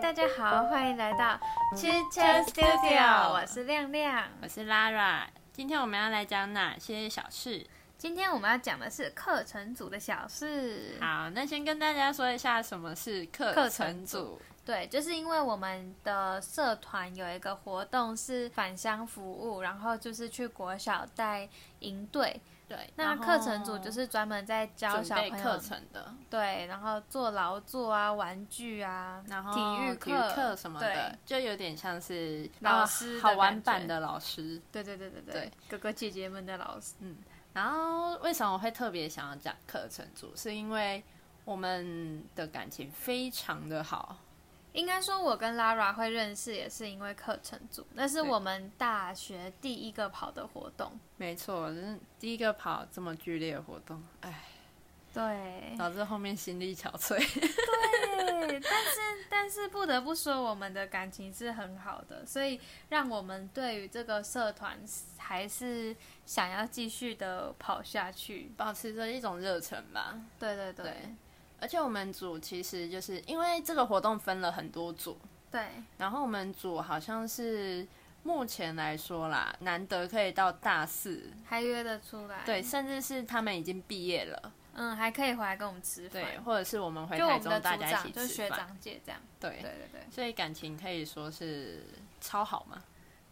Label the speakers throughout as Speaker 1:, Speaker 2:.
Speaker 1: 大家好，欢迎来到 Chit Chat
Speaker 2: Chat
Speaker 1: Studio，
Speaker 2: Studio
Speaker 1: 我是亮亮。
Speaker 2: 我是 Lara，今天我们要来讲哪些小事？
Speaker 1: 今天我们要讲的是课程组的小事。
Speaker 2: 好，那先跟大家说一下什么是嗯课程组。
Speaker 1: 对，就是因为我们的社团有一个活动是返乡服务，然后就是去国小带营队。
Speaker 2: 对，
Speaker 1: 那课程组就是专门在教
Speaker 2: 准
Speaker 1: 小
Speaker 2: 备
Speaker 1: 朋
Speaker 2: 课
Speaker 1: 友，
Speaker 2: 程的，
Speaker 1: 对，然后做劳作啊、玩具啊，
Speaker 2: 然后
Speaker 1: 体育
Speaker 2: 体育课什么的，就有点像是
Speaker 1: 老师的
Speaker 2: 呃好
Speaker 1: 感
Speaker 2: 玩
Speaker 1: 觉
Speaker 2: 版的老师。
Speaker 1: 对对对对对，
Speaker 2: 对
Speaker 1: 哥哥姐姐们的老师。
Speaker 2: 然后为什么我会特别想要讲课程组，是因为我们的感情非常的好。
Speaker 1: 应该说，我跟 Lara 会认识也是因为课程组，那是
Speaker 2: 对
Speaker 1: 我们大学第一个跑的活动。
Speaker 2: 没错，就是第一个跑这么剧烈的活动，哎，
Speaker 1: 对，
Speaker 2: 导致后面心力憔悴。
Speaker 1: 对，但是但是不得不说，我们的感情是很好的，所以让我们对于这个社团还是想要继续的跑下去。
Speaker 2: 保持着一种热忱吧。
Speaker 1: 对对对
Speaker 2: 对而且我们组其实就是因为这个活动分了很多组，
Speaker 1: 对
Speaker 2: 然后我们组好像是目前来说啦，难得可以到大四，
Speaker 1: 还约得出来。
Speaker 2: 对，，甚至是他们已经毕业了，
Speaker 1: 嗯，还可以回来跟我们吃
Speaker 2: 对，
Speaker 1: 饭，
Speaker 2: 或者是我们回
Speaker 1: 就我
Speaker 2: 台
Speaker 1: 们的
Speaker 2: 中大
Speaker 1: 组
Speaker 2: 家一
Speaker 1: 长就是
Speaker 2: 起吃
Speaker 1: 学
Speaker 2: 饭，
Speaker 1: 长姐这样。对
Speaker 2: 对，
Speaker 1: 对对，
Speaker 2: 所以感情可以说是超好嘛。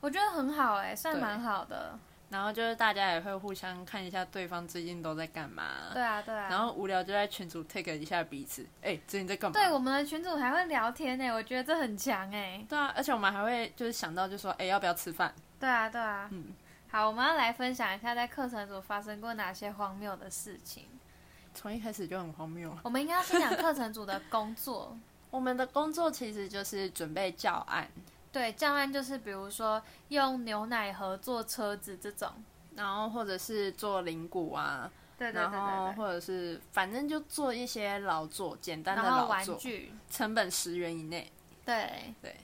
Speaker 1: 我觉得很好哎、算
Speaker 2: 对
Speaker 1: 蛮好的。
Speaker 2: 然后就是大家也会互相看一下对方最近都在干嘛，
Speaker 1: 对啊对啊。
Speaker 2: 然后无聊就在群组 take 一下彼此，哎、最近在干嘛？
Speaker 1: 对，我们的群主还会聊天呢、我觉得这很强哎、
Speaker 2: 对啊，而且我们还会就是想到就说，哎、要不要吃饭？
Speaker 1: 对啊，对啊。
Speaker 2: 嗯
Speaker 1: 好，我们要来分享一下在课程组发生过哪些荒谬的事情。
Speaker 2: 从一开始就很荒谬。
Speaker 1: 我们应该要先讲课程组的工作。
Speaker 2: 我们的工作其实就是准备教案，
Speaker 1: 对，教案就是比如说用牛奶盒做车子这种。
Speaker 2: 然后或者是做灵骨啊，
Speaker 1: 对对
Speaker 2: 然
Speaker 1: 对
Speaker 2: 后
Speaker 1: 对对。
Speaker 2: 或者是反正就做一些劳作，简单的
Speaker 1: 然后
Speaker 2: 劳
Speaker 1: 玩
Speaker 2: 作，
Speaker 1: 具。
Speaker 2: 成本十元以内。
Speaker 1: 对
Speaker 2: 对。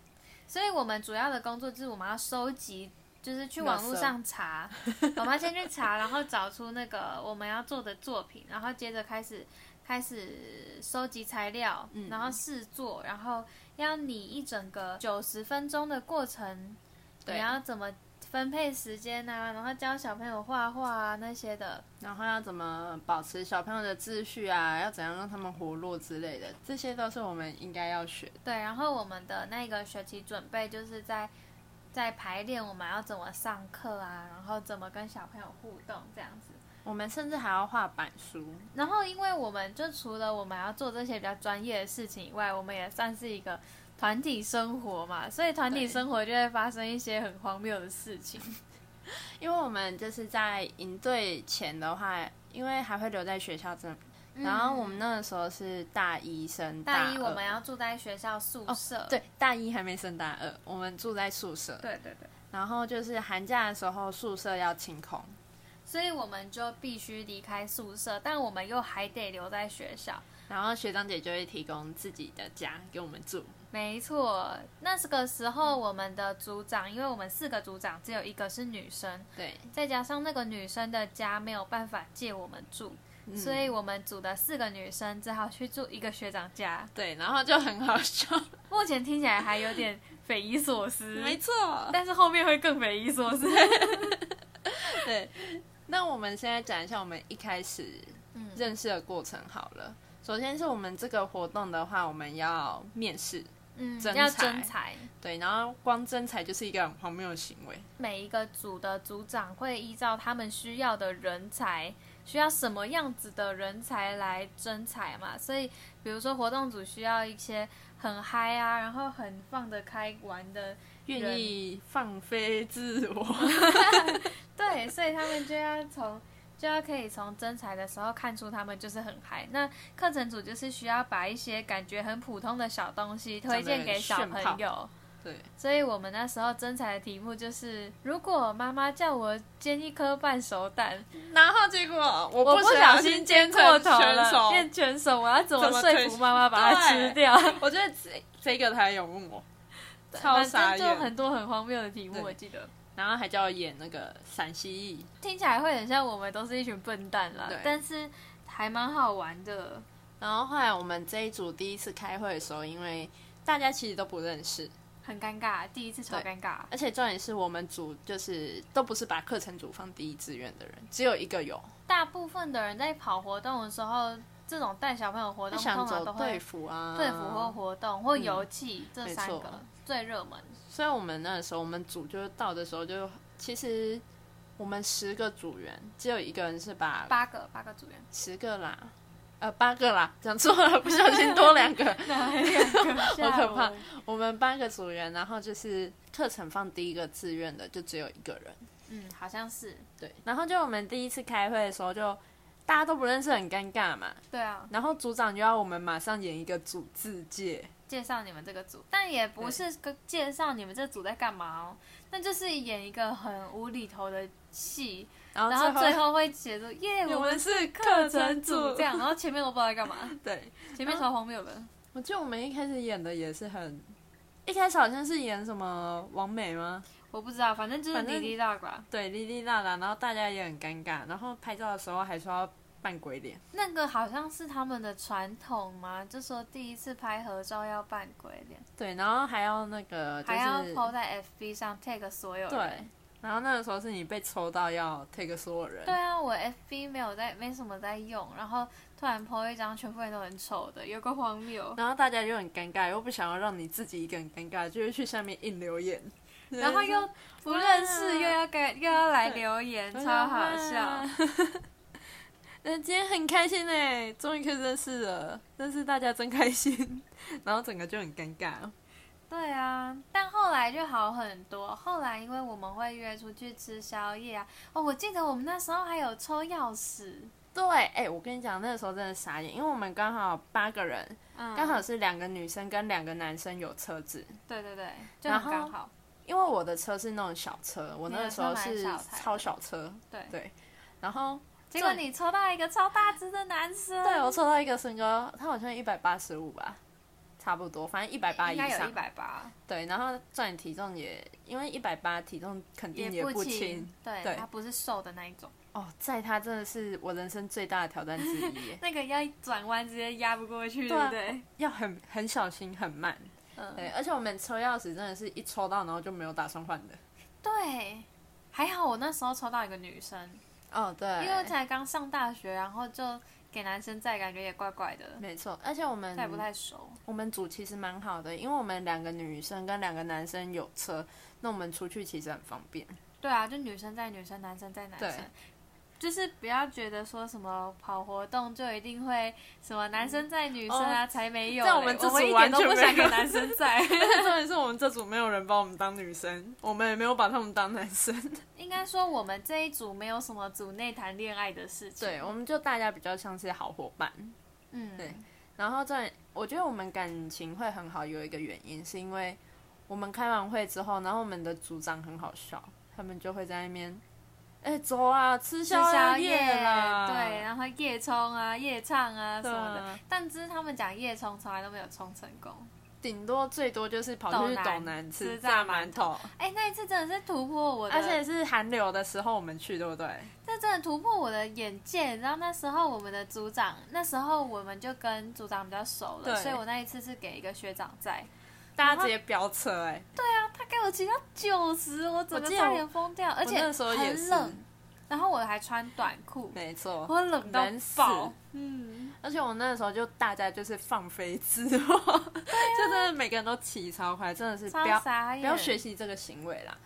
Speaker 1: 所以我们主要的工作就是我们要收集。就是去网络
Speaker 2: 垃圾
Speaker 1: 上 查，我们要先去查，然后找出那个我们要做的作品，然后接着开始开始收集材料，
Speaker 2: 嗯
Speaker 1: 然后试做，然后要你一整个九十分钟的过程，
Speaker 2: 对
Speaker 1: 你要怎么分配时间啊，然后教小朋友画画啊那些的，
Speaker 2: 然后要怎么保持小朋友的秩序啊？要怎样让他们活络之类的，这些都是我们应该要学的。
Speaker 1: 对，然后我们的那个学期准备就是在在排练我们要怎么上课啊，然后怎么跟小朋友互动这样子。
Speaker 2: 我们甚至还要画板书，
Speaker 1: 然后，因为我们就除了我们要做这些比较专业的事情以外，我们也算是一个团体生活嘛，所以团体
Speaker 2: 对
Speaker 1: 生活就会发生一些很荒谬的事情。
Speaker 2: 因为我们就是在营队前的话，因为还会留在学校这，然后我们那个时候是大一升
Speaker 1: 嗯大嗯一
Speaker 2: 二
Speaker 1: 我们要住在学校宿舍，
Speaker 2: 哦对，大一还没升大二，我们住在宿舍，
Speaker 1: 对对对，
Speaker 2: 然后就是寒假的时候宿舍要清空，
Speaker 1: 所以我们就必须离开宿舍，但我们又还得留在学校。
Speaker 2: 然后学长姐就会提供自己的家给我们住，
Speaker 1: 没错，那这个时候我们的组长，因为我们四个组长只有一个是女生，
Speaker 2: 对，
Speaker 1: 再加上那个女生的家没有办法借我们住，
Speaker 2: 嗯
Speaker 1: 所以我们组的四个女生只好去住一个学长家。
Speaker 2: 对，然后就很 好笑，
Speaker 1: 目前听起来还有点匪夷所思，
Speaker 2: 没错，
Speaker 1: 但是后面会更匪夷所 思。
Speaker 2: 对。那我们现在讲一下我们一开始
Speaker 1: 嗯
Speaker 2: 认识的过程好了。首先是我们这个活动的话，我们要面试，
Speaker 1: 嗯，
Speaker 2: 真
Speaker 1: 要
Speaker 2: 才
Speaker 1: 真才。
Speaker 2: 对，然后光征才就是一个很荒谬的行为，
Speaker 1: 每一个组的组长会依照他们需要的人才，需要什么样子的人才来征才嘛。所以，比如说活动组需要一些很嗨啊，然后很放得开玩的，
Speaker 2: 愿意放飞自我，
Speaker 1: 对，所以他们就要从。就要可以从征才的时候看出他们就是很嗨。那课程组就是需要把一些感觉很普通的小东西推荐给小
Speaker 2: 长
Speaker 1: 朋
Speaker 2: 得很炫
Speaker 1: 友，
Speaker 2: 对，
Speaker 1: 所以我们那时候征才的题目就是：如果妈妈叫我煎一颗半熟蛋，
Speaker 2: 然后结果我
Speaker 1: 我不小心煎过头
Speaker 2: 选
Speaker 1: 了，
Speaker 2: 手
Speaker 1: 变全手，我要怎么
Speaker 2: 怎么
Speaker 1: 说
Speaker 2: 推
Speaker 1: 服妈妈把它吃掉？
Speaker 2: 我觉得这这个他有问我， 超傻
Speaker 1: 反正就
Speaker 2: 眼，
Speaker 1: 很多很荒谬的题目，
Speaker 2: 对
Speaker 1: 我记得
Speaker 2: 然后还叫我演那个陕西裔，
Speaker 1: 听起来会很像我们都是一群笨蛋啦
Speaker 2: 对，
Speaker 1: 但是还蛮好玩的。
Speaker 2: 然后后来我们这一组第一次开会的时候，因为大家其实都不认识，
Speaker 1: 很尴尬，第一次超尴尬。
Speaker 2: 而且重点是我们组就是都不是把课程组放第一志愿的人，只有一个有，
Speaker 1: 大部分的人在跑活动的时候，这种带小朋友活动
Speaker 2: 想
Speaker 1: 通常
Speaker 2: 走
Speaker 1: 都
Speaker 2: 队
Speaker 1: 会
Speaker 2: 服啊，嗯
Speaker 1: 对服或活动或游戏、这
Speaker 2: 没
Speaker 1: 三
Speaker 2: 错
Speaker 1: 个最热门。
Speaker 2: 所以我们那时候，我们组就到的时候就，其实我们十个组员，只有一个人是把
Speaker 1: 八个八个组 员，
Speaker 2: 十个啦，呃，八个啦，讲错了，不小心多两个。
Speaker 1: 好
Speaker 2: 可怕我们八个组员，然后就是课程放第一个志愿的，就只有一个人。
Speaker 1: 嗯，好像是，
Speaker 2: 对，然后就我们第一次开会的时候就。大家都不认识，很尴尬嘛。
Speaker 1: 对啊，
Speaker 2: 然后组长就要我们马上演一个组字界，
Speaker 1: 介绍你们这个组，但也不是个介绍你们这组在干嘛哦，那就是演一个很无厘头的戏，
Speaker 2: 然后
Speaker 1: 然
Speaker 2: 最
Speaker 1: 后
Speaker 2: 后
Speaker 1: 最后会写着耶，
Speaker 2: 我
Speaker 1: 我
Speaker 2: 们
Speaker 1: 们
Speaker 2: 是
Speaker 1: 课
Speaker 2: 课
Speaker 1: 程
Speaker 2: 程
Speaker 1: 组
Speaker 2: 组
Speaker 1: 这。样，然后前面我不知道在干嘛，
Speaker 2: 对，
Speaker 1: 前面超荒谬的，
Speaker 2: 我记得我们一开始演的也是很，一开始好像是演什么王美吗？
Speaker 1: 我不知道，反正就是
Speaker 2: 反正
Speaker 1: 滴滴答答。
Speaker 2: 对，哩哩啦啦，然后大家也很尴尬，然后拍照的时候还说要扮鬼脸，
Speaker 1: 那个好像是他们的传统嘛，就说第一次拍合照要扮鬼脸，
Speaker 2: 对，然后还要那个就
Speaker 1: 还要
Speaker 2: 是
Speaker 1: PO 在 FB 上 tag 所有人。
Speaker 2: 对，然后那个时候是你被抽到要 take 所有人
Speaker 1: 对，啊，我 FB 没有在，没什么在用，然后突然 PO 一张，全部人都很丑的，有个荒谬。
Speaker 2: 然后大家就很尴尬，又不想要让你自己一个人尴尬，就会去下面硬留言，
Speaker 1: 然后又不认识，又要该又要来留言，
Speaker 2: 对
Speaker 1: 超好笑。。
Speaker 2: 那嗯今天很开心哎，终于可以认识了，认识大家真开心， 然后整个就很尴尬。
Speaker 1: 对啊，但后来就好很多。后来因为我们会约出去吃宵夜啊，哦，我记得我们那时候还有抽钥匙，
Speaker 2: 对，哎、我跟你讲，那个时候真的傻眼，因为我们刚好八个人，
Speaker 1: 嗯，
Speaker 2: 刚好是两个女生跟两个男生有车子，
Speaker 1: 对对对，就
Speaker 2: 然
Speaker 1: 很
Speaker 2: 后
Speaker 1: 刚好。
Speaker 2: 因为我的车是那种小车，嗯我那个时候
Speaker 1: 你的
Speaker 2: 是
Speaker 1: 车蛮小台的
Speaker 2: 超小车，
Speaker 1: 对
Speaker 2: 对，然后
Speaker 1: 结果你抽到一个超大只的男生，
Speaker 2: 对我抽到一个身高，他好像一百八十五吧，差不多，反正一百八以
Speaker 1: 应该有
Speaker 2: 上
Speaker 1: 一，百八，
Speaker 2: 对，然后重点体重也因为一百八体重肯定
Speaker 1: 也
Speaker 2: 不
Speaker 1: 轻，对，
Speaker 2: 对
Speaker 1: 他不是瘦的那一种，
Speaker 2: 哦，在他真的是我人生最大的挑战之一耶
Speaker 1: ，那个要转弯直接压不过去，
Speaker 2: 对
Speaker 1: 对
Speaker 2: 啊
Speaker 1: 不对？
Speaker 2: 要很很小心很慢，
Speaker 1: 嗯，
Speaker 2: 对，而且我们抽钥匙真的是一抽到然后就没有打算换的，
Speaker 1: 对，还好我那时候抽到一个女生，
Speaker 2: 哦对，
Speaker 1: 因为才刚上大学，然后就给男生载，感觉也怪怪的，
Speaker 2: 没错，而且我们
Speaker 1: 太不太熟。
Speaker 2: 我们组其实蛮好的，因为我们两个女生跟两个男生有车，那我们出去其实很方便。
Speaker 1: 对啊，就女生载女生，男生载男生
Speaker 2: 对。
Speaker 1: 就是不要觉得说什么跑活动就一定会什么男生载女生啊，才没有嘞。
Speaker 2: 在我们哦这
Speaker 1: 我们
Speaker 2: 组
Speaker 1: 一点
Speaker 2: 完
Speaker 1: 都
Speaker 2: 全
Speaker 1: 不
Speaker 2: 没
Speaker 1: 想给
Speaker 2: 有
Speaker 1: 男生载，
Speaker 2: 重点是我们这组没有人把我们当女生，我们也没有把他们当男生。
Speaker 1: 应该说我们这一组没有什么组内谈恋爱的事情。
Speaker 2: 对，我们就大家比较像是好伙伴。
Speaker 1: 嗯，
Speaker 2: 对然后这，我觉得我们感情会很好，有一个原因是因为我们开完会之后，然后我们的组长很好笑，他们就会在那边，哎、走啊，吃
Speaker 1: 吃宵
Speaker 2: 哎啊夜啦，
Speaker 1: 对，然后夜冲啊、夜唱啊什
Speaker 2: 对
Speaker 1: 么的。
Speaker 2: 啊，
Speaker 1: 但只是他们讲夜冲，从来都没有冲成功。
Speaker 2: 顶多最多就是跑去
Speaker 1: 斗南
Speaker 2: 斗南
Speaker 1: 吃
Speaker 2: 吃
Speaker 1: 炸
Speaker 2: 炸
Speaker 1: 馒
Speaker 2: 馒头。
Speaker 1: 哎，那一次真的是突破我的，
Speaker 2: 而且是寒流的时候我们去，对不对？
Speaker 1: 这真的突破我的眼界。你知道那时候我们的组长，那时候我们就跟组长比较熟了，
Speaker 2: 对
Speaker 1: 所以我那一次是给一个学长在，
Speaker 2: 大家直接飙车哎、
Speaker 1: 他给我骑到九十，我整个
Speaker 2: 我记得
Speaker 1: 差
Speaker 2: 我
Speaker 1: 点疯掉，而且
Speaker 2: 我那时候也
Speaker 1: 很
Speaker 2: 是
Speaker 1: 冷，然后我还穿短裤，
Speaker 2: 没错。
Speaker 1: 我冷到
Speaker 2: 冷死
Speaker 1: 爆，嗯。
Speaker 2: 而且我那时候就大家就是放飞自我， 就真的每个人都骑超快，真的是不
Speaker 1: 超
Speaker 2: 要
Speaker 1: 傻
Speaker 2: 不
Speaker 1: 眼，
Speaker 2: 要学习这个行为啦。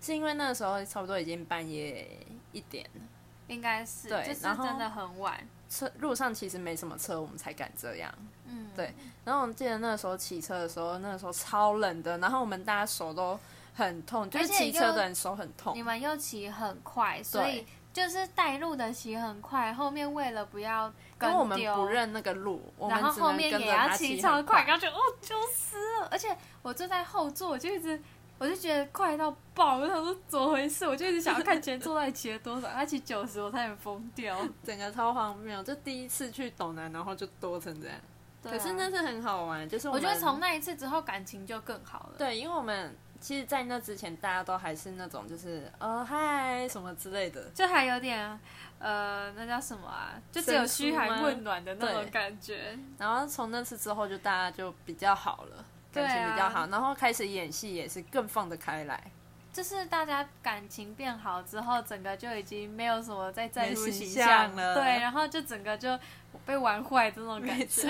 Speaker 2: 是因为那时候差不多已经半夜一点了，
Speaker 1: 应该是，
Speaker 2: 对
Speaker 1: 就是
Speaker 2: 然后
Speaker 1: 真的很晚，
Speaker 2: 车路上其实没什么车，我们才敢这样。
Speaker 1: 嗯，
Speaker 2: 对然后我记得那时候骑车的时候，那时候超冷的，然后我们大家手都很痛，就是
Speaker 1: 而且
Speaker 2: 骑
Speaker 1: 又
Speaker 2: 车的人手很
Speaker 1: 你
Speaker 2: 痛。
Speaker 1: 们又骑很快，所以就是带路的骑很快，后面为了不要
Speaker 2: 因
Speaker 1: 跟
Speaker 2: 为我们
Speaker 1: 丢，
Speaker 2: 不认那个路，我们
Speaker 1: 然后
Speaker 2: 只
Speaker 1: 后
Speaker 2: 能
Speaker 1: 面
Speaker 2: 跟
Speaker 1: 也
Speaker 2: 着
Speaker 1: 要
Speaker 2: 他
Speaker 1: 骑
Speaker 2: 骑
Speaker 1: 超
Speaker 2: 很
Speaker 1: 然后就哦就死了，而且我坐在后座，我就一直。我就觉得快到爆，我想说怎么回事？我就一直想要看前座到底骑了多少，他骑九十，我差点疯掉。
Speaker 2: 整个超荒谬，就第一次去斗南，然后就多成这样。
Speaker 1: 对啊
Speaker 2: 可是那是很好玩，就是
Speaker 1: 我
Speaker 2: 们
Speaker 1: 觉得从那一次之后感情就更好了。
Speaker 2: 对，因为我们其实，在那之前大家都还是那种就是呃嗨什么之类的，
Speaker 1: 就还有点，呃，那叫什么啊？就只有嘘寒问暖的那种感觉。
Speaker 2: 然后从那次之后就大家就比较好了。
Speaker 1: 对
Speaker 2: 感
Speaker 1: 啊
Speaker 2: 情比较好，然后开始演戏也是更放得开 来，
Speaker 1: 就是大家感情变好之后，整个就已经没有什么再在乎
Speaker 2: 没
Speaker 1: 形
Speaker 2: 形象了
Speaker 1: 对，然后就整个就被玩坏这种感觉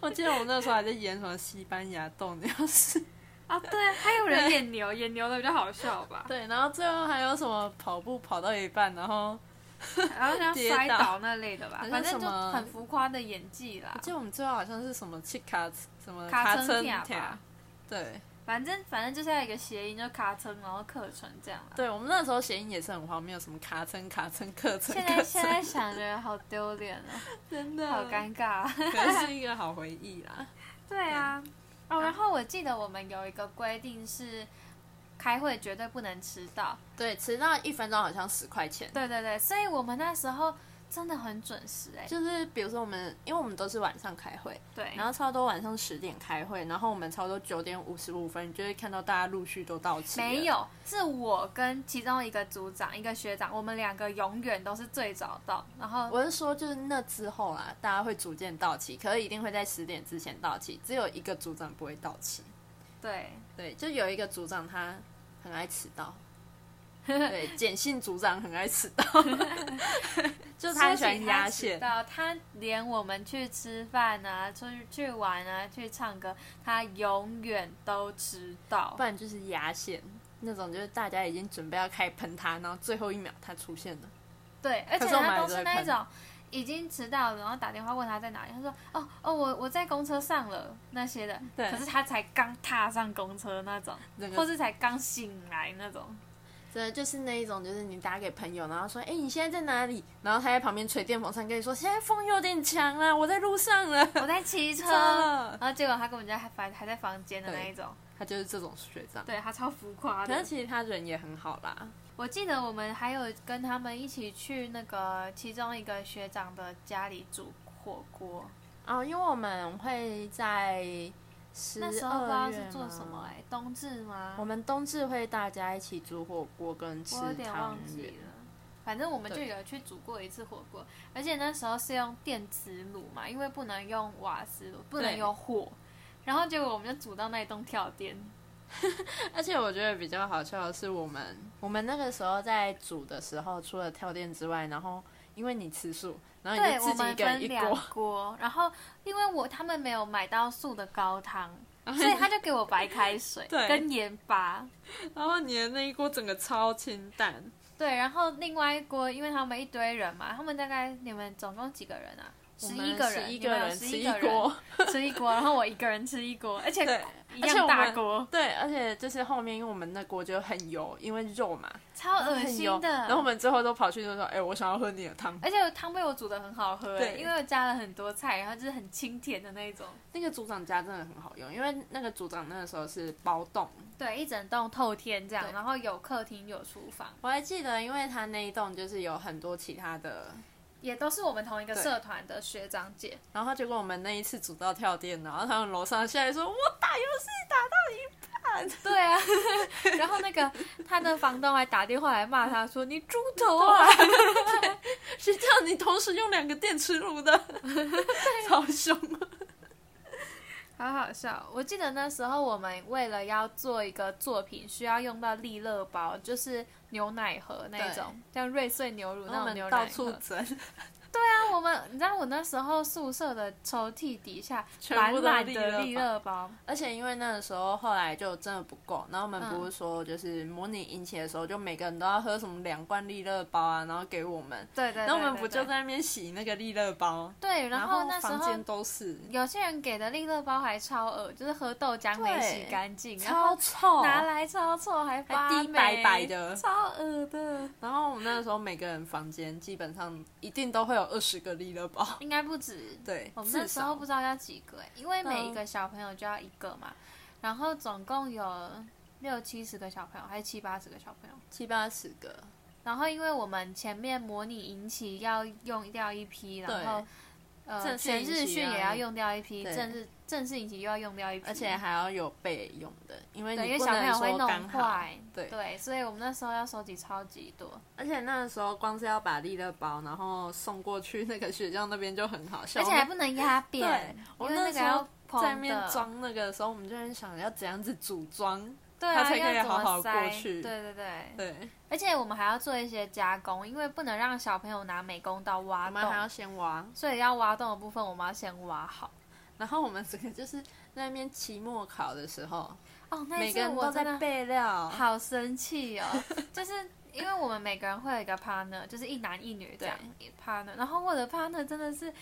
Speaker 2: 我记得我们那时候还在演什么西班牙斗牛 士，
Speaker 1: 啊。对，还有人演牛，演牛的比较好笑吧？
Speaker 2: 对，然后最后还有什么跑步跑到一半，然后
Speaker 1: 然后像
Speaker 2: 跌
Speaker 1: 摔
Speaker 2: 倒
Speaker 1: 倒那类的吧
Speaker 2: 好，像
Speaker 1: 反正
Speaker 2: 什
Speaker 1: 就
Speaker 2: 么
Speaker 1: 很浮夸的演技啦
Speaker 2: 我。记得我们最后好像是什么去卡什么
Speaker 1: 卡
Speaker 2: 卡
Speaker 1: 村
Speaker 2: 村
Speaker 1: 跳
Speaker 2: 跳
Speaker 1: 吧，
Speaker 2: 对
Speaker 1: 反正反正就是要有一个谐音，就卡称，然后课程这样啦。
Speaker 2: 对，我们那时候谐音也是很荒谬，什么卡村卡村课程，
Speaker 1: 现在
Speaker 2: 课程
Speaker 1: 现在想着好丢脸 哦，
Speaker 2: 真的
Speaker 1: 好尴尬。
Speaker 2: 可是一个好回忆啦。
Speaker 1: 对啊，哦，然后我记得我们有一个规定是，开会绝对不能迟到。
Speaker 2: 对，迟到一分钟好像十块钱，
Speaker 1: 对对对，所以我们那时候真的很准时哎、
Speaker 2: 就是比如说我们，因为我们都是晚上开会，
Speaker 1: 对，
Speaker 2: 然后差不多晚上十点开会，然后我们差不多九点五十五分，你就会看到大家陆续都到齐。
Speaker 1: 没，有，是我跟其中一个组长、一个学长，我们两个永远都是最早到。然后
Speaker 2: 我是说就是那之后啦，大家会逐渐到齐，可是一定会在十点之前到齐，只有一个组长不会到齐。
Speaker 1: 对，
Speaker 2: 对，就有一个组长他很爱迟 到。对，简信组长很爱迟 到，就他很喜欢压线。
Speaker 1: 到他连我们去吃饭啊、出去去玩啊、去唱歌，他永远都迟到
Speaker 2: 不。然就是压线那种，就是大家已经准备要开始喷他，然后最后一秒他出现了。
Speaker 1: 对，而且
Speaker 2: 可是我们
Speaker 1: 他
Speaker 2: 还
Speaker 1: 都
Speaker 2: 是
Speaker 1: 是
Speaker 2: 会
Speaker 1: 那一
Speaker 2: 喷
Speaker 1: 种已经迟到了，然后打电话问他在哪里，他说哦哦，我我在公车上了那些的，
Speaker 2: 对
Speaker 1: 可是他才刚踏上公车那种，
Speaker 2: 整
Speaker 1: 或
Speaker 2: 个
Speaker 1: 是才刚醒来那 种。
Speaker 2: 真的就是那一种，就是你打给朋友，然后说：“哎、你现在在哪里？”然后他在旁边吹电风扇，跟你说：“现在风有点强了，我在路上了。
Speaker 1: 我在骑车，
Speaker 2: 真的
Speaker 1: 然后结果他根本就还反还在房间的那一种，”
Speaker 2: 他就是这种学长，
Speaker 1: 对他超浮夸
Speaker 2: 可
Speaker 1: 的
Speaker 2: 是。其实他人也很好啦。
Speaker 1: 我记得我们还有跟他们一起去那个其中一个学长的家里煮火锅，
Speaker 2: 哦，因为我们会在十
Speaker 1: 那时候不知
Speaker 2: 二
Speaker 1: 道
Speaker 2: 月
Speaker 1: 是做什么
Speaker 2: 吗
Speaker 1: 哎、冬至吗？
Speaker 2: 我们冬至会大家一起煮火锅跟吃
Speaker 1: 我有点
Speaker 2: 汤
Speaker 1: 忘记
Speaker 2: 圆，
Speaker 1: 了。反正我们就
Speaker 2: 对
Speaker 1: 有去煮过一次火锅，而且那时候是用电磁炉嘛，因为不能用瓦斯炉，不能
Speaker 2: 对
Speaker 1: 有火。然后结果我们就煮到那一栋跳电，
Speaker 2: 而且我觉得比较好笑的是，我们我们那个时候在煮的时候，除了跳电之外，然后因为你吃素，然啊后你
Speaker 1: 对
Speaker 2: 就
Speaker 1: 我
Speaker 2: 自己一
Speaker 1: 们
Speaker 2: 个人
Speaker 1: 分
Speaker 2: 一
Speaker 1: 两
Speaker 2: 锅，
Speaker 1: 锅。然后因为我他们没有买到素的高 汤，所以他就给我白开水
Speaker 2: 对
Speaker 1: 跟盐巴。
Speaker 2: 然后你的那一锅整个超清淡，
Speaker 1: 对，然后另外一锅，因为他们一堆人嘛，他们大概你们总共几个人啊？十一个人，
Speaker 2: 十一
Speaker 1: 你
Speaker 2: 个
Speaker 1: 们有
Speaker 2: 人
Speaker 1: 十
Speaker 2: 吃
Speaker 1: 一
Speaker 2: 一
Speaker 1: 个人
Speaker 2: 锅，
Speaker 1: 吃一锅，然后我一个人吃一锅，而且
Speaker 2: 对，
Speaker 1: 一
Speaker 2: 而且
Speaker 1: 样
Speaker 2: 我
Speaker 1: 大
Speaker 2: 们
Speaker 1: 锅。
Speaker 2: 对，而且就是后面因为我们那锅就很油，因为肉嘛，
Speaker 1: 超恶
Speaker 2: 很
Speaker 1: 心
Speaker 2: 油，
Speaker 1: 的。
Speaker 2: 然后我们最后都跑去就说，哎、我想要喝你的汤。
Speaker 1: 而且汤被我煮的很好喝、欸
Speaker 2: 对
Speaker 1: 因为我加了很多菜，然后就是很清甜的那一种。
Speaker 2: 那个组长家真的很好用，因为那个组长那个时候是包栋，
Speaker 1: 对，一整栋透天这样，
Speaker 2: 对
Speaker 1: 然后有客厅有厨房，
Speaker 2: 我还记得，因为他那一栋就是有很多其他的
Speaker 1: 也都是我们同一个
Speaker 2: 对
Speaker 1: 社团的学长姐。
Speaker 2: 然后结果我们那一次煮到跳电，然后他们楼上下来说：“我打游戏打
Speaker 1: 对啊， 然后那个他的房东还打电话来骂他说：“你猪头啊
Speaker 2: 谁叫你同时用两个电磁 炉的，超凶！！”
Speaker 1: 好好笑。我记得那时候我们为了要做一个作品，需要用到利乐包，就是牛奶盒那一种，像瑞穗牛乳那
Speaker 2: 然后我
Speaker 1: 种牛
Speaker 2: 们
Speaker 1: 奶盒。
Speaker 2: 到处整，
Speaker 1: 那我们，你知道我那时候宿舍的抽屉底下
Speaker 2: 全
Speaker 1: 满
Speaker 2: 部都
Speaker 1: 满
Speaker 2: 利
Speaker 1: 的利
Speaker 2: 乐包。
Speaker 1: 乐包，
Speaker 2: 而且因为那个时候后来就真的不够，然后我们
Speaker 1: 嗯
Speaker 2: 不是说就是模拟引起的时候，就每个人都要喝什么两罐利乐包啊，然后给我们，
Speaker 1: 对对对
Speaker 2: 然后我们不就
Speaker 1: 对
Speaker 2: 在那边洗那个利乐包，
Speaker 1: 对，然后
Speaker 2: 后
Speaker 1: 那时
Speaker 2: 房
Speaker 1: 候
Speaker 2: 间都是
Speaker 1: 有些人给的利乐包还超恶，就是喝豆浆没洗干净，然
Speaker 2: 超
Speaker 1: 后
Speaker 2: 臭，
Speaker 1: 拿来超臭哦还发
Speaker 2: 还滴
Speaker 1: 霉
Speaker 2: 白白的
Speaker 1: 超恶的，
Speaker 2: 然后我们那个时候每个人房间基本上一定都会有二十个利乐包，
Speaker 1: 应该不止。
Speaker 2: 对，
Speaker 1: 我们那
Speaker 2: 至
Speaker 1: 时
Speaker 2: 少
Speaker 1: 候不知道要几个，欸因为每
Speaker 2: 嗯
Speaker 1: 一个小朋友就要一个嘛，然后总共有六七十个小朋友，还是七八十个小朋友。
Speaker 2: 七八十个，
Speaker 1: 然后因为我们前面模拟引起要用掉一批，然后呃
Speaker 2: 正式
Speaker 1: 全
Speaker 2: 引起
Speaker 1: 日训也要用掉一批，
Speaker 2: 对
Speaker 1: 正式正式引起又要用掉一批，
Speaker 2: 而且还要有备用的，因为
Speaker 1: 对，因
Speaker 2: 你
Speaker 1: 为
Speaker 2: 不
Speaker 1: 小朋
Speaker 2: 能
Speaker 1: 友会
Speaker 2: 说刚
Speaker 1: 弄
Speaker 2: 好。
Speaker 1: 坏，
Speaker 2: 对
Speaker 1: 所以我们那时候要收集超级多，
Speaker 2: 而且那个时候光是要把利乐包然后送过去那个学校那边就很好笑，
Speaker 1: 而且还不能压扁
Speaker 2: 对，
Speaker 1: 因
Speaker 2: 我
Speaker 1: 为
Speaker 2: 那
Speaker 1: 个
Speaker 2: 时候
Speaker 1: 要棚
Speaker 2: 在面
Speaker 1: 的
Speaker 2: 装那个的时候，我们就很想要怎样子组装，
Speaker 1: 对啊，
Speaker 2: 它才可以
Speaker 1: 要怎么
Speaker 2: 好好过
Speaker 1: 塞
Speaker 2: 去
Speaker 1: 对对对，
Speaker 2: 对，
Speaker 1: 而且我们还要做一些加工，因为不能让小朋友拿美工刀挖
Speaker 2: 我们还要
Speaker 1: 洞，
Speaker 2: 先挖，
Speaker 1: 所以要挖洞的部分我们要先挖好。
Speaker 2: 然后我们整个就是在那边期末考的时候，
Speaker 1: 哦，那一
Speaker 2: 每个
Speaker 1: 次
Speaker 2: 人
Speaker 1: 我
Speaker 2: 都
Speaker 1: 真
Speaker 2: 在啊
Speaker 1: 的
Speaker 2: 备料，
Speaker 1: 好生气哦，就是因为我们每个人会有一个 partner，就是一男一女这样 partner，然后我的 partner 真的是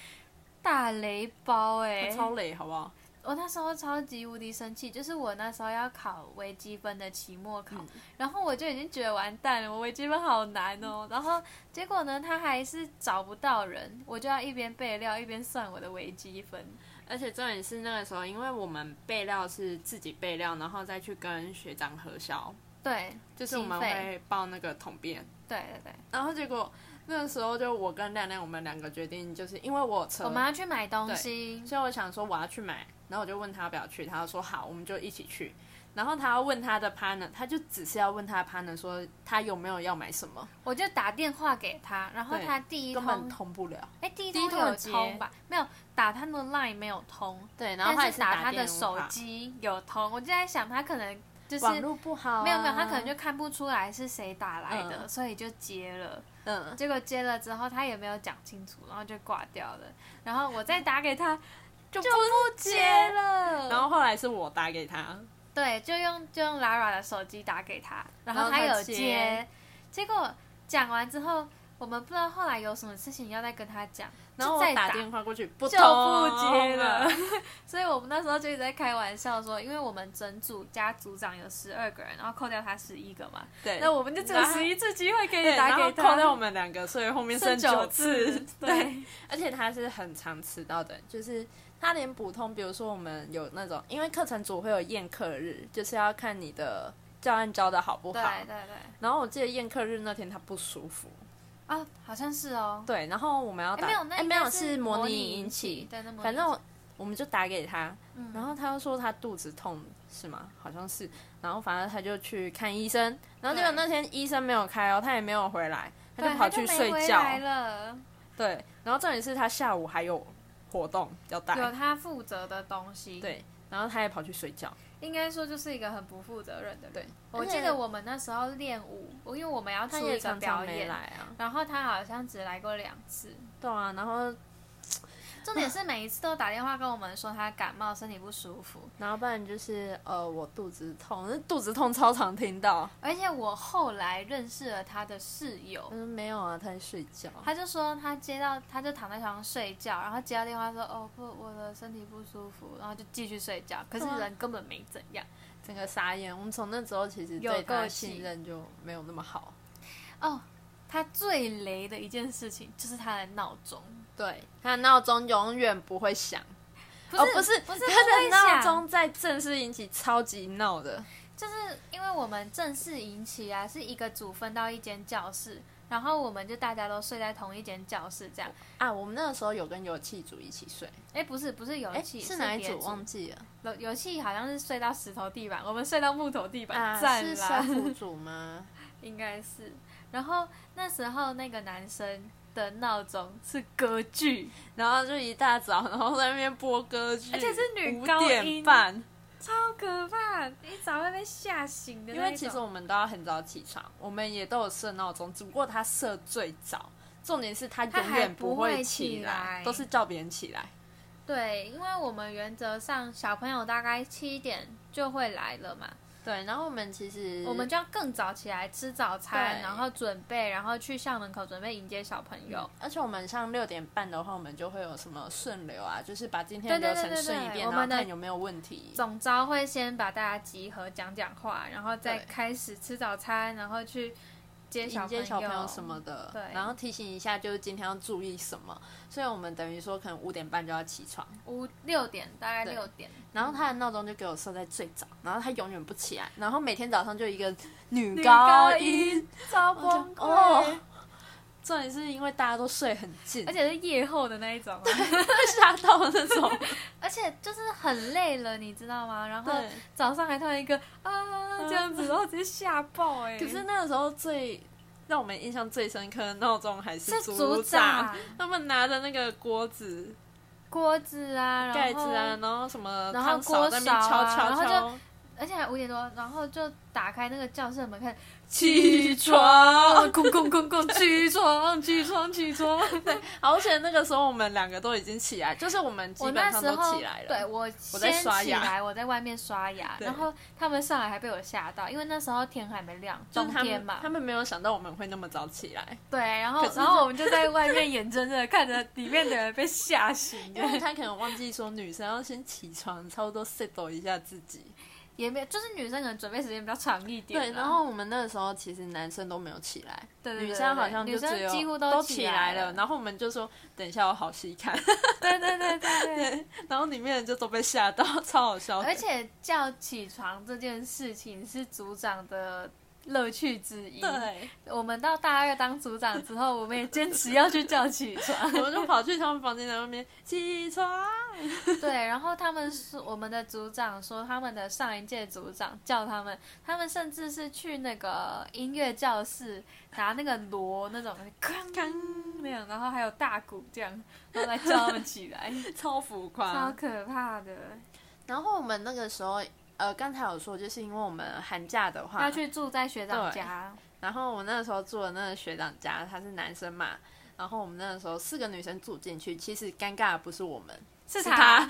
Speaker 1: 大雷包哎、
Speaker 2: 它超累，好不好？
Speaker 1: 我那时候超级无敌生气，就是我那时候要考微积分的期末考，
Speaker 2: 嗯
Speaker 1: 然后我就已经觉得完蛋了，我微积分好难哦。然后结果呢，他还是找不到人，我就要一边备料一边算我的微积分。
Speaker 2: 而且重点是那个时候，因为我们备料是自己备料，然后再去跟学长核销，
Speaker 1: 对，
Speaker 2: 就是我们
Speaker 1: 经费
Speaker 2: 会报那个统编。
Speaker 1: 对对对，
Speaker 2: 然后结果那个时候就我跟亮亮我们两个决定，就是因为我有车，
Speaker 1: 我们要去买东西，
Speaker 2: 所以我想说我要去买，然后我就问他要不要去，他就说好，我们就一起去。然后他要问他的 partner，他就只是要问他的 partner 说他有没有要买什么，
Speaker 1: 我就打电话给他，然后
Speaker 2: 对
Speaker 1: 他第一
Speaker 2: 根本
Speaker 1: 通，
Speaker 2: 通不了。
Speaker 1: 哎，第一
Speaker 2: 第
Speaker 1: 通
Speaker 2: 一通
Speaker 1: 有
Speaker 2: 有接
Speaker 1: 通吧？没有，打他的 line 没有通，
Speaker 2: 对，然后他
Speaker 1: 但
Speaker 2: 也
Speaker 1: 是打他的
Speaker 2: 电
Speaker 1: 手
Speaker 2: 话，
Speaker 1: 机有通。我就在想，他可能就是
Speaker 2: 网络不好啊、
Speaker 1: 没有没有，他可能就看不出来是谁打来的，
Speaker 2: 嗯
Speaker 1: 所以就接了。
Speaker 2: 嗯，
Speaker 1: 结果接了之后，他也没有讲清楚，然后就挂掉了。然后我再打给他，
Speaker 2: 就
Speaker 1: 就不接了。
Speaker 2: 然后后来是我打给他，
Speaker 1: 对，就用就用 Lara 的手机打给他，然
Speaker 2: 然
Speaker 1: 后
Speaker 2: 后他
Speaker 1: 有
Speaker 2: 接
Speaker 1: 结果讲完之后，我们不知道后来有什么事情要再跟他讲，
Speaker 2: 然后
Speaker 1: 就再
Speaker 2: 我
Speaker 1: 打
Speaker 2: 打电话过去，不
Speaker 1: 就
Speaker 2: 通
Speaker 1: 不接了
Speaker 2: 了。。
Speaker 1: 所以我们那时候就一直在开玩笑说，因为我们整组加组长有十二个人，然后扣掉他十一个嘛，
Speaker 2: 对，
Speaker 1: 那我们就只有
Speaker 2: 然后
Speaker 1: 十一次机会可以
Speaker 2: 对，
Speaker 1: 打
Speaker 2: 然
Speaker 1: 给
Speaker 2: 后
Speaker 1: 他，
Speaker 2: 扣掉我们两个，所以后面
Speaker 1: 剩
Speaker 2: 九
Speaker 1: 次。 对，
Speaker 2: 而且他是很常迟到的，就是他连普通，比如说我们有那种，因为课程组会有验课日，就是要看你的教案教的好不好。
Speaker 1: 对对对，
Speaker 2: 然后我记得验课日那天他不舒服，
Speaker 1: 啊，好像是哦。
Speaker 2: 对，然后我们要
Speaker 1: 哎
Speaker 2: 打，
Speaker 1: 没有，那
Speaker 2: 哎
Speaker 1: 应
Speaker 2: 没
Speaker 1: 该
Speaker 2: 有
Speaker 1: 是
Speaker 2: 模拟
Speaker 1: 拟
Speaker 2: 引
Speaker 1: 起
Speaker 2: 起，，
Speaker 1: 对，那模拟
Speaker 2: 反正
Speaker 1: 引
Speaker 2: 我我们就打给他，
Speaker 1: 起嗯
Speaker 2: 然后他又说他肚子痛，是吗？好像是。然后反正他就去看医生，然后结果
Speaker 1: 对
Speaker 2: 那天医生没有开哦，他也没有回来，他
Speaker 1: 对
Speaker 2: 就跑去
Speaker 1: 没
Speaker 2: 睡
Speaker 1: 回
Speaker 2: 觉。
Speaker 1: 来了，
Speaker 2: 对，然后重点是他下午还有活动要
Speaker 1: 有
Speaker 2: 带，
Speaker 1: 他负责的东西，，
Speaker 2: 对，然后他也跑去睡觉。
Speaker 1: 应该说就是一个很不负责任的人。
Speaker 2: 对，
Speaker 1: 我
Speaker 2: 而
Speaker 1: 记
Speaker 2: 且
Speaker 1: 得我们那时候练舞，我因为我们要
Speaker 2: 他
Speaker 1: 出一
Speaker 2: 也
Speaker 1: 个
Speaker 2: 常常
Speaker 1: 表
Speaker 2: 没
Speaker 1: 演，
Speaker 2: 来啊。
Speaker 1: 然后他好像只来过两次，
Speaker 2: 对啊，然后
Speaker 1: 重点是每一次都打电话跟我们说他感冒，身体不舒服，
Speaker 2: 然后不然就是呃，我肚子痛，那肚子痛超常听到。
Speaker 1: 而且我后来认识了他的室友
Speaker 2: 他，说没有啊，他在睡觉。
Speaker 1: 他就说他接到，他就躺在床上睡觉，然后接到电话说哦不，我的身体不舒服，然后就继续睡觉。可是
Speaker 2: 对啊
Speaker 1: 人根本没怎样。
Speaker 2: 整个傻眼。我们从那之后其实
Speaker 1: 有
Speaker 2: 对他
Speaker 1: 够
Speaker 2: 的
Speaker 1: 气
Speaker 2: 信任就没有那么好。
Speaker 1: 哦，他最雷的一件事情就是他的闹钟，
Speaker 2: 对，他的闹钟永远不会响。
Speaker 1: 不
Speaker 2: 哦、不是，
Speaker 1: 不是
Speaker 2: 他的闹
Speaker 1: 不会响
Speaker 2: 钟在正式引起超级闹的，
Speaker 1: 就是因为我们正式引起啊，是一个组分到一间教室，然后我们就大家都睡在同一间教室这样。
Speaker 2: 啊，我们那个时候有跟油气组一起睡，
Speaker 1: 哎，不是不是油
Speaker 2: 哎，
Speaker 1: 气，
Speaker 2: 是哪一
Speaker 1: 别
Speaker 2: 组忘记了？
Speaker 1: 游游戏好像是睡到石头地板，我们睡到木头地板，
Speaker 2: 啊，
Speaker 1: 赞
Speaker 2: 是
Speaker 1: 啦！
Speaker 2: 生辅组吗？
Speaker 1: 应该是。然后那时候那个男生的闹钟是歌剧，
Speaker 2: 然后就一大早，然后在那边播歌剧，
Speaker 1: 而且是女
Speaker 2: 五
Speaker 1: 高音
Speaker 2: 点半，
Speaker 1: 超可怕，一早会被吓醒的
Speaker 2: 因
Speaker 1: 那
Speaker 2: 为
Speaker 1: 一
Speaker 2: 其实
Speaker 1: 种。
Speaker 2: 我们都要很早起床，我们也都有设闹钟，只不过他设最早，重点是他
Speaker 1: 他
Speaker 2: 永
Speaker 1: 还
Speaker 2: 远
Speaker 1: 不会
Speaker 2: 会
Speaker 1: 起来
Speaker 2: 来，都是叫别人起来。
Speaker 1: 对，因为我们原则上小朋友大概七点就会来了嘛，
Speaker 2: 对，然后我们其实
Speaker 1: 我们就要更早起来吃早餐，
Speaker 2: 对
Speaker 1: 然后准备，然后去校门口准备迎接小朋友。
Speaker 2: 而且我们像六点半的话，我们就会有什么顺流啊，就是把今
Speaker 1: 对
Speaker 2: 天
Speaker 1: 对
Speaker 2: 的
Speaker 1: 对
Speaker 2: 流程
Speaker 1: 对
Speaker 2: 顺一
Speaker 1: 对
Speaker 2: 遍，
Speaker 1: 我
Speaker 2: 然
Speaker 1: 们
Speaker 2: 后
Speaker 1: 的
Speaker 2: 看有没有问题。
Speaker 1: 总招会先把大家集合讲讲话，然后再
Speaker 2: 对
Speaker 1: 开始吃早餐，然后去接小
Speaker 2: 迎
Speaker 1: 朋友
Speaker 2: 接小朋友什么的，
Speaker 1: 对
Speaker 2: 然后提醒一下，就是今天要注意什么。所以我们等于说可能五点半就要起床，
Speaker 1: 五六点，大概
Speaker 2: 对
Speaker 1: 六点。
Speaker 2: 然后他的闹钟就给我设在最早，然后他永远不起来，然后每天早上就一个女高音，
Speaker 1: 超
Speaker 2: 我就
Speaker 1: 崩溃，
Speaker 2: 哦。重点是因为大家都睡很近，
Speaker 1: 而且是夜后的那一种啊、
Speaker 2: 会吓到那种。
Speaker 1: 而且就是很累了，你知道吗？然后
Speaker 2: 对，
Speaker 1: 早上还突然一个啊这样子，然后直接吓爆哎、
Speaker 2: 可是那个时候最让我们印象最深刻的闹钟还
Speaker 1: 是啊
Speaker 2: 组长
Speaker 1: 长，
Speaker 2: 他们拿着那个锅子，
Speaker 1: 锅子啊，然后
Speaker 2: 盖子啊，然后什么
Speaker 1: 然后
Speaker 2: 汤勺在那边
Speaker 1: 锅勺
Speaker 2: 敲
Speaker 1: 啊
Speaker 2: 敲
Speaker 1: 然后
Speaker 2: 敲，
Speaker 1: 而且还五点多，然后就打开那个教室的门看，
Speaker 2: 起 床
Speaker 1: 啊，空空空空，起床，起床，起床。
Speaker 2: 而且那个时候我们两个都已经起来，就是我们基
Speaker 1: 我那
Speaker 2: 本上
Speaker 1: 时
Speaker 2: 都
Speaker 1: 候
Speaker 2: 起来了。
Speaker 1: 对我
Speaker 2: 我在
Speaker 1: 先
Speaker 2: 刷
Speaker 1: 起
Speaker 2: 牙
Speaker 1: 来，我在外面刷牙，
Speaker 2: 对
Speaker 1: 然后他们上来还被我吓到，因为那时候天还没亮，
Speaker 2: 就
Speaker 1: 冬
Speaker 2: 是他
Speaker 1: 天
Speaker 2: 们
Speaker 1: 嘛
Speaker 2: 他。们没有想到我们会那么早起来，
Speaker 1: 对，然后
Speaker 2: 可是
Speaker 1: 然后我们就在外面眼睁睁的看着里面的人被吓醒，
Speaker 2: 因为他可能忘记说女生要先起床，差不多 settle 一下自己。
Speaker 1: 也没有就是女生可能准备时间比较长一点啦。
Speaker 2: 对，然后我们那个时候其实男生都没有起来，
Speaker 1: 对对对
Speaker 2: 女生好像
Speaker 1: 对
Speaker 2: 就只有
Speaker 1: 女生几乎
Speaker 2: 都
Speaker 1: 都
Speaker 2: 起
Speaker 1: 起
Speaker 2: 来
Speaker 1: 来
Speaker 2: 了，
Speaker 1: 了
Speaker 2: 然后我们就说等一下我好戏看，
Speaker 1: 对对对对对。
Speaker 2: 然后里面人就都被吓到，超好笑的。
Speaker 1: 而且叫起床这件事情是组长的乐趣之一。
Speaker 2: 对，
Speaker 1: 我们到大二当组长之后，我们也坚持要去叫起床。
Speaker 2: 我们就跑去他们房间的外面起床，
Speaker 1: 对，然后他们说，我们的组长说，他们的上一届组长叫他们，他们甚至是去那个音乐教室拿那个锣那种哐
Speaker 2: 看
Speaker 1: 那样，然后还有大鼓这样，然后来叫他们起 来，
Speaker 2: 超浮
Speaker 1: 超
Speaker 2: 夸。
Speaker 1: 可怕的。
Speaker 2: 然后我们那个时候，呃，刚才有说，就是因为我们寒假的话
Speaker 1: 要去住在学长
Speaker 2: 对
Speaker 1: 家，
Speaker 2: 然后我那个时候住的那个学长家，他是男生嘛，然后我们那个时候四个女生住进去，其实尴尬的不是我们，
Speaker 1: 是
Speaker 2: 是
Speaker 1: 他
Speaker 2: 他，
Speaker 1: 因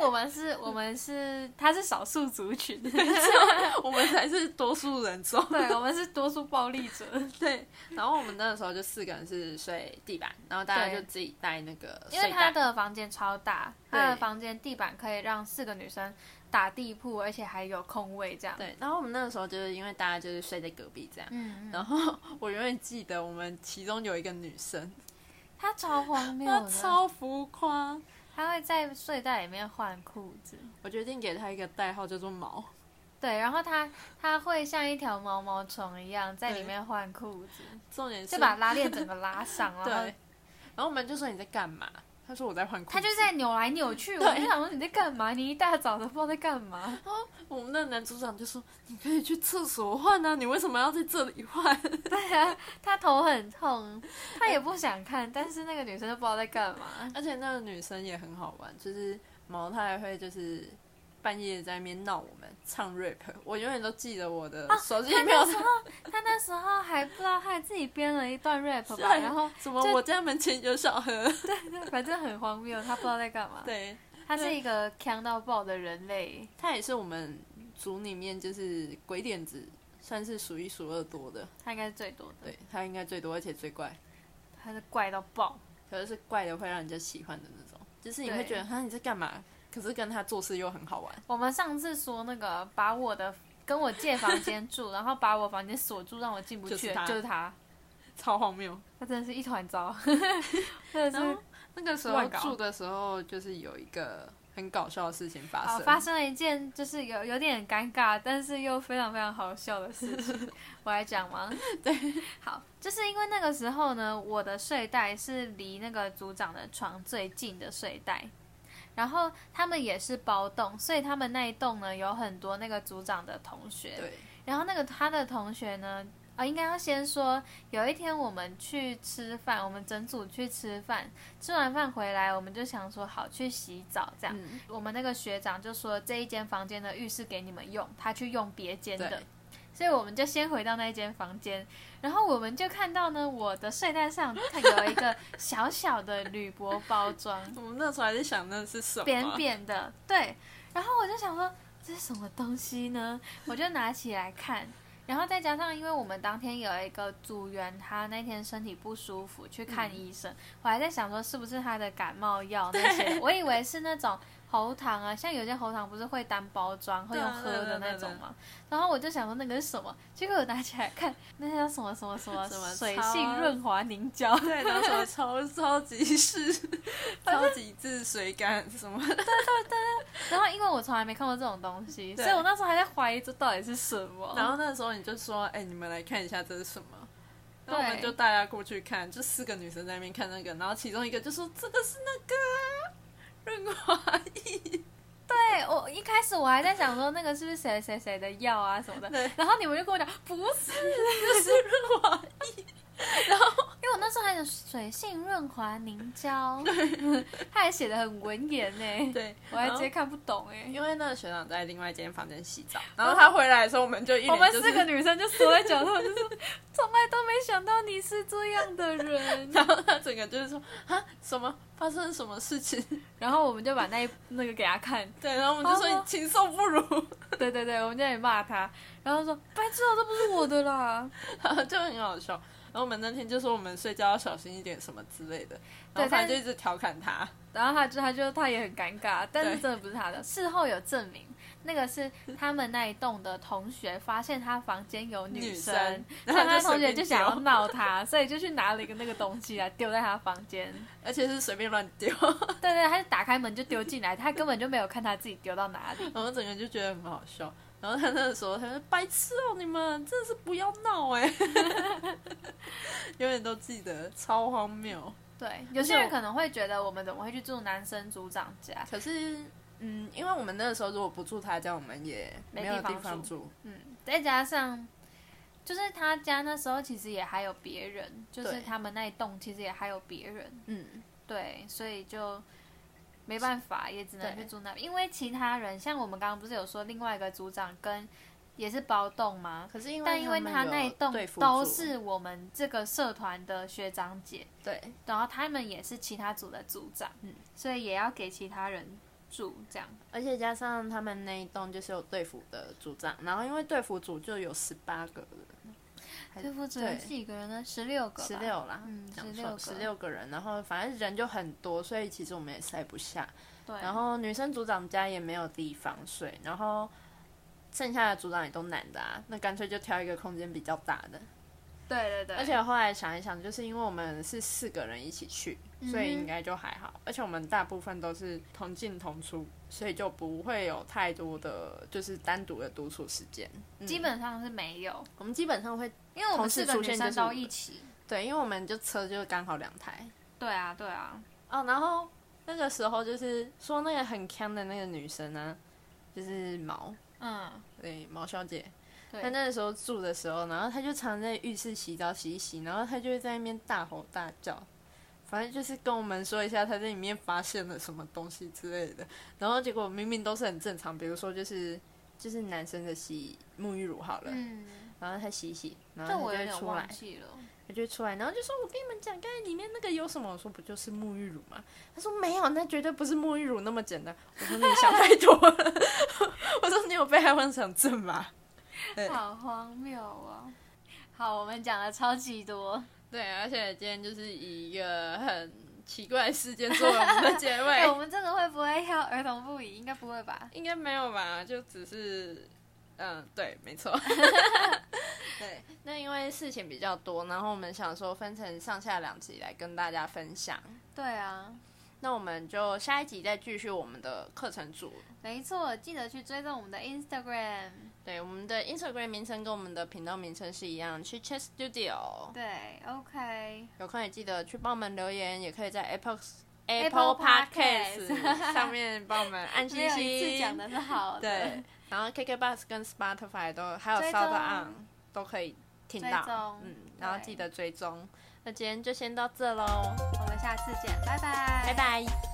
Speaker 1: 为我们是，我们是，他是少数族群，
Speaker 2: 我们才是多数人中。
Speaker 1: 对，我们是多数暴力者，
Speaker 2: 对，然后我们那个时候就四个人是睡地板，然后大家
Speaker 1: 对
Speaker 2: 就自己带那个睡
Speaker 1: 因为他
Speaker 2: 袋
Speaker 1: 的房间超大，
Speaker 2: 对
Speaker 1: 他的房间地板可以让四个女生打地铺，而且还有空位这样。
Speaker 2: 对，然后我们那个时候就是因为大家就是睡在隔壁这样。
Speaker 1: 嗯，嗯，
Speaker 2: 然后我永远记得我们其中有一个女生，
Speaker 1: 他超荒谬
Speaker 2: 她
Speaker 1: 的，
Speaker 2: 超浮夸，
Speaker 1: 他会在睡袋里面换裤子，
Speaker 2: 我决定给她一个代号叫做毛。
Speaker 1: 对，然后他他会像一条毛毛虫一样在里
Speaker 2: 对
Speaker 1: 面换裤子，
Speaker 2: 重点是
Speaker 1: 就把拉链整个拉 上，
Speaker 2: 对，
Speaker 1: 然后
Speaker 2: 然后我们就说你在干嘛？她说我在换裤子。
Speaker 1: 他就在扭来扭 去，我就想说你在干嘛？你一大早的不知道在干嘛。
Speaker 2: 我们那男组长就说：“你可以去厕所换啊，你为什么要在这里换 。
Speaker 1: 对啊，他头很痛，他也不想看，但是那个女生就不知道在干嘛？”
Speaker 2: 而且那个女生也很好玩，就是毛她还会就是半夜在那边闹我们唱 rap，我永远都记得我
Speaker 1: 啊
Speaker 2: 的手机里
Speaker 1: 他
Speaker 2: 面有
Speaker 1: 那时候，他那时候还不知道，他还自己编了一段 rap
Speaker 2: 对
Speaker 1: 吧，然后
Speaker 2: 什么
Speaker 1: 就
Speaker 2: 我家门前有小河，
Speaker 1: 反正很荒谬，他不知道在干嘛。
Speaker 2: 对，
Speaker 1: 他是一个强到爆的人类，
Speaker 2: 她也是我们组里面就是鬼点子算是数一数二多的，
Speaker 1: 他应该是最多的，
Speaker 2: 对她应该最多而且最怪，
Speaker 1: 他是怪到爆。
Speaker 2: 可是是怪的会让人家喜欢的那种，就是你会
Speaker 1: 对
Speaker 2: 觉得哈你在干嘛，可是跟她做事又很好玩。
Speaker 1: 我们上次说那个把我的跟我借房间住，然后把我房间锁住，让我进不去，
Speaker 2: 就是他
Speaker 1: 就是他，
Speaker 2: 超荒谬。
Speaker 1: 他真的是一团 糟，真的
Speaker 2: 然
Speaker 1: 是
Speaker 2: 后那个时候
Speaker 1: 乱搞
Speaker 2: 住的时候，就是有一个很搞笑的事情发
Speaker 1: 哦
Speaker 2: 生。，
Speaker 1: 发生了一件就是有有点尴尬，但是又非常非常好笑的事情，我来讲 吗？对，好，就是因为那个时候呢，我的睡袋是离那个组长的床最近的睡袋，然后他们也是包栋，所以他们那一栋呢有很多那个组长的同学，
Speaker 2: 对，
Speaker 1: 然后那个他的同学呢，呃，应该要先说，有一天我们去吃饭，我们整组去吃饭，吃完饭回来，我们就想说好去洗澡这样。
Speaker 2: 嗯，
Speaker 1: 我们那个学长就说这一间房间的浴室给你们用，他去用别间的
Speaker 2: 对，
Speaker 1: 所以我们就先回到那一间房间，然后我们就看到呢，我的睡袋上它有一个小小的铝箔包装，
Speaker 2: 我们那时候还在想那是什 么，
Speaker 1: 扁扁的，对。然后我就想说这是什么东西呢？我就拿起来看，然后再加上因为我们当天有一个组员，他那天身体不舒服去
Speaker 2: 嗯
Speaker 1: 看医生，我还在想说是不是他的感冒药那些，我以为是那种。喉糖啊，像有些喉糖不是会单包装，会
Speaker 2: 对啊
Speaker 1: 用喝的
Speaker 2: 对啊对啊
Speaker 1: 那种嘛。然后我就想说那个是什么，结果我拿起来看，那叫什么什么什么
Speaker 2: 什么
Speaker 1: 水
Speaker 2: 超
Speaker 1: 性润滑凝 胶，
Speaker 2: 对，然后什么超超级 是超级治水感什么，
Speaker 1: 然后因为我从来没看过这种东西，
Speaker 2: 对
Speaker 1: 所以我那时候还在怀疑这到底是什么。
Speaker 2: 然后那时候你就说，哎、你们来看一下这是什么。然后我
Speaker 1: 对
Speaker 2: 们就大家过去看，就四个女生在那边看那个，然后其中一个就说这个是那个啊润滑液，
Speaker 1: 对我一开始我还在想说那个是不是谁谁谁的药啊什么的
Speaker 2: 对，
Speaker 1: 然后你们就跟我讲不是，
Speaker 2: 这是润滑液。
Speaker 1: 因为我那时候还有水性润滑凝胶，他还写的很文言呢，
Speaker 2: 对，
Speaker 1: 我还
Speaker 2: 然
Speaker 1: 直
Speaker 2: 后
Speaker 1: 接看不懂哎。
Speaker 2: 因为那个学长在另外一间房间洗澡，然后他回来的时候，我们就一
Speaker 1: 啊我
Speaker 2: 脸
Speaker 1: 们
Speaker 2: 就是
Speaker 1: 四个女生就缩在角落，就说从来都没想到你是这样的人。
Speaker 2: 然后他整个就是说啊，什么发生了什么事情？
Speaker 1: 然后我们就把那一那个给他看，
Speaker 2: 对，然后我们就说
Speaker 1: 然后
Speaker 2: 你禽兽不如，
Speaker 1: 对对对，我们在那里骂他，然后说白痴哦，这不是我的啦。
Speaker 2: 然后就很好笑。然后我们那天就说我们睡觉要小心一点什么之类的，然
Speaker 1: 对
Speaker 2: 后
Speaker 1: 但
Speaker 2: 反正就一直调侃他。
Speaker 1: 然后他就他就他也很尴尬，但是
Speaker 2: 对
Speaker 1: 真的不是他的。事后有证明，那个是他们那一栋的同学发现他房间有
Speaker 2: 女
Speaker 1: 生，
Speaker 2: 生
Speaker 1: 所以
Speaker 2: 然后
Speaker 1: 他
Speaker 2: 他就
Speaker 1: 同学
Speaker 2: 随便
Speaker 1: 就想要
Speaker 2: 丢
Speaker 1: 闹他，所以就去拿了一个那个东西来丢在他房 间。
Speaker 2: 而且是随便乱丢，
Speaker 1: 对对，他就打开门就丢进来，他根本就没有看他自己丢到哪 里。
Speaker 2: 然后整个就觉得很好笑。然后他那个时候他说：“白痴哦，你们真的是不要闹哎、 永远都记得，超荒谬。
Speaker 1: 对，有些人可能会觉得我们怎么会去住男生组长家？
Speaker 2: 可是，嗯，因为我们那个时候如果不住他家，我们也没有
Speaker 1: 没地
Speaker 2: 地
Speaker 1: 方
Speaker 2: 方
Speaker 1: 住
Speaker 2: 住。
Speaker 1: 嗯，再加上就是他家那时候其实也还有别人，就是
Speaker 2: 对
Speaker 1: 他们那一栋其实也还有别人。
Speaker 2: 嗯，
Speaker 1: 对，所以就没办法，也只能
Speaker 2: 对
Speaker 1: 去住那边，因为其他人像我们刚刚不是有说另外一个组长跟也是包栋吗？
Speaker 2: 可是因为
Speaker 1: 但因为
Speaker 2: 们
Speaker 1: 他那一
Speaker 2: 有
Speaker 1: 栋
Speaker 2: 对付
Speaker 1: 都
Speaker 2: 住
Speaker 1: 是我们这个社团的学长姐，
Speaker 2: 对，
Speaker 1: 然后他们也是其他组的组长，
Speaker 2: 嗯
Speaker 1: 所以也要给其他人住这样。
Speaker 2: 而且加上他们那一栋就是有队服的组长，然后因为队服组就有十八个人，还
Speaker 1: 对付只能几个人呢？十六个吧，
Speaker 2: 十六啦，
Speaker 1: 嗯
Speaker 2: 讲
Speaker 1: 16
Speaker 2: 错，
Speaker 1: 个
Speaker 2: 十六个人，然后反正人就很多，所以其实我们也塞不下。
Speaker 1: 对，
Speaker 2: 然后女生组长家也没有地方睡，然后剩下的组长也都男的啊，那干脆就挑一个空间比较大的。
Speaker 1: 对对对，
Speaker 2: 而且后来想一想，就是因为我们是四个人一起去，所
Speaker 1: 嗯
Speaker 2: 以应该就还好。而且我们大部分都是同进同出，所以就不会有太多的就是单独的独处时间。嗯
Speaker 1: 基本上是没有，
Speaker 2: 我们基本上会
Speaker 1: 因为我们
Speaker 2: 同时
Speaker 1: 四个
Speaker 2: 出
Speaker 1: 女
Speaker 2: 现就
Speaker 1: 生
Speaker 2: 是
Speaker 1: 都
Speaker 2: 五
Speaker 1: 一
Speaker 2: 个
Speaker 1: 起。
Speaker 2: 对，因为我们就车就刚好两台
Speaker 1: 对啊，对啊，
Speaker 2: 哦。然后那个时候就是说那个很强的那个女生呢、就是毛，
Speaker 1: 嗯，
Speaker 2: 对毛小姐，
Speaker 1: 对
Speaker 2: 她那个时候住的时候，然后她就常在浴室洗澡洗一洗，然后她就会在那边大吼大叫，反正就是跟我们说一下她在里面发现了什么东西之类的。然后结果明明都是很正常，比如说就是就是男生的洗沐浴乳好了，
Speaker 1: 嗯，
Speaker 2: 然后她洗一洗，然
Speaker 1: 这
Speaker 2: 后
Speaker 1: 我
Speaker 2: 她
Speaker 1: 有
Speaker 2: 就会
Speaker 1: 点
Speaker 2: 出来
Speaker 1: 忘，记 了。
Speaker 2: 她就会出来，然后就说：“我跟你们讲，刚才里面那个有什么？”我说：“不就是沐浴乳吗？”她说：“没有，那绝对不是沐浴乳那么简单。”我说：“你想太多了。” 我说：“你有被害妄想症吧？”对
Speaker 1: 好荒谬啊！好，我们讲了超级多。
Speaker 2: 对，而且今天就是以一个很奇怪的事件作为我们的结
Speaker 1: 哎、 我
Speaker 2: 尾，
Speaker 1: 们这个会不会要儿童不宜？应该不会吧？
Speaker 2: 应该没有吧？就只是，嗯，对，没错。对，那因为事情比较多，然后我们想说分成上下两集来跟大家分享。
Speaker 1: 对啊，
Speaker 2: 那我们就下一集再继续我们的课程组。
Speaker 1: 没错，记得去追踪我们的 Instagram。
Speaker 2: 对，我们的 Instagram 名称跟我们的频道名称是一样，去 Chess Studio。
Speaker 1: 对，OK，
Speaker 2: 有空也记得去帮我们留言，也可以在 Apple
Speaker 1: Apple Podcast
Speaker 2: Podcast 上面帮我们按
Speaker 1: 没
Speaker 2: 星
Speaker 1: 有
Speaker 2: 星。
Speaker 1: 一次讲的是好的。
Speaker 2: 对， 然后 KKBox 跟 Spotify 都还有
Speaker 1: 追
Speaker 2: s
Speaker 1: 踪
Speaker 2: o u n On 都可以听
Speaker 1: 追踪
Speaker 2: 到，嗯，然后
Speaker 1: 对
Speaker 2: 记得追踪。那今天就先到这喽，
Speaker 1: 我们下次见，拜拜，
Speaker 2: 拜。拜。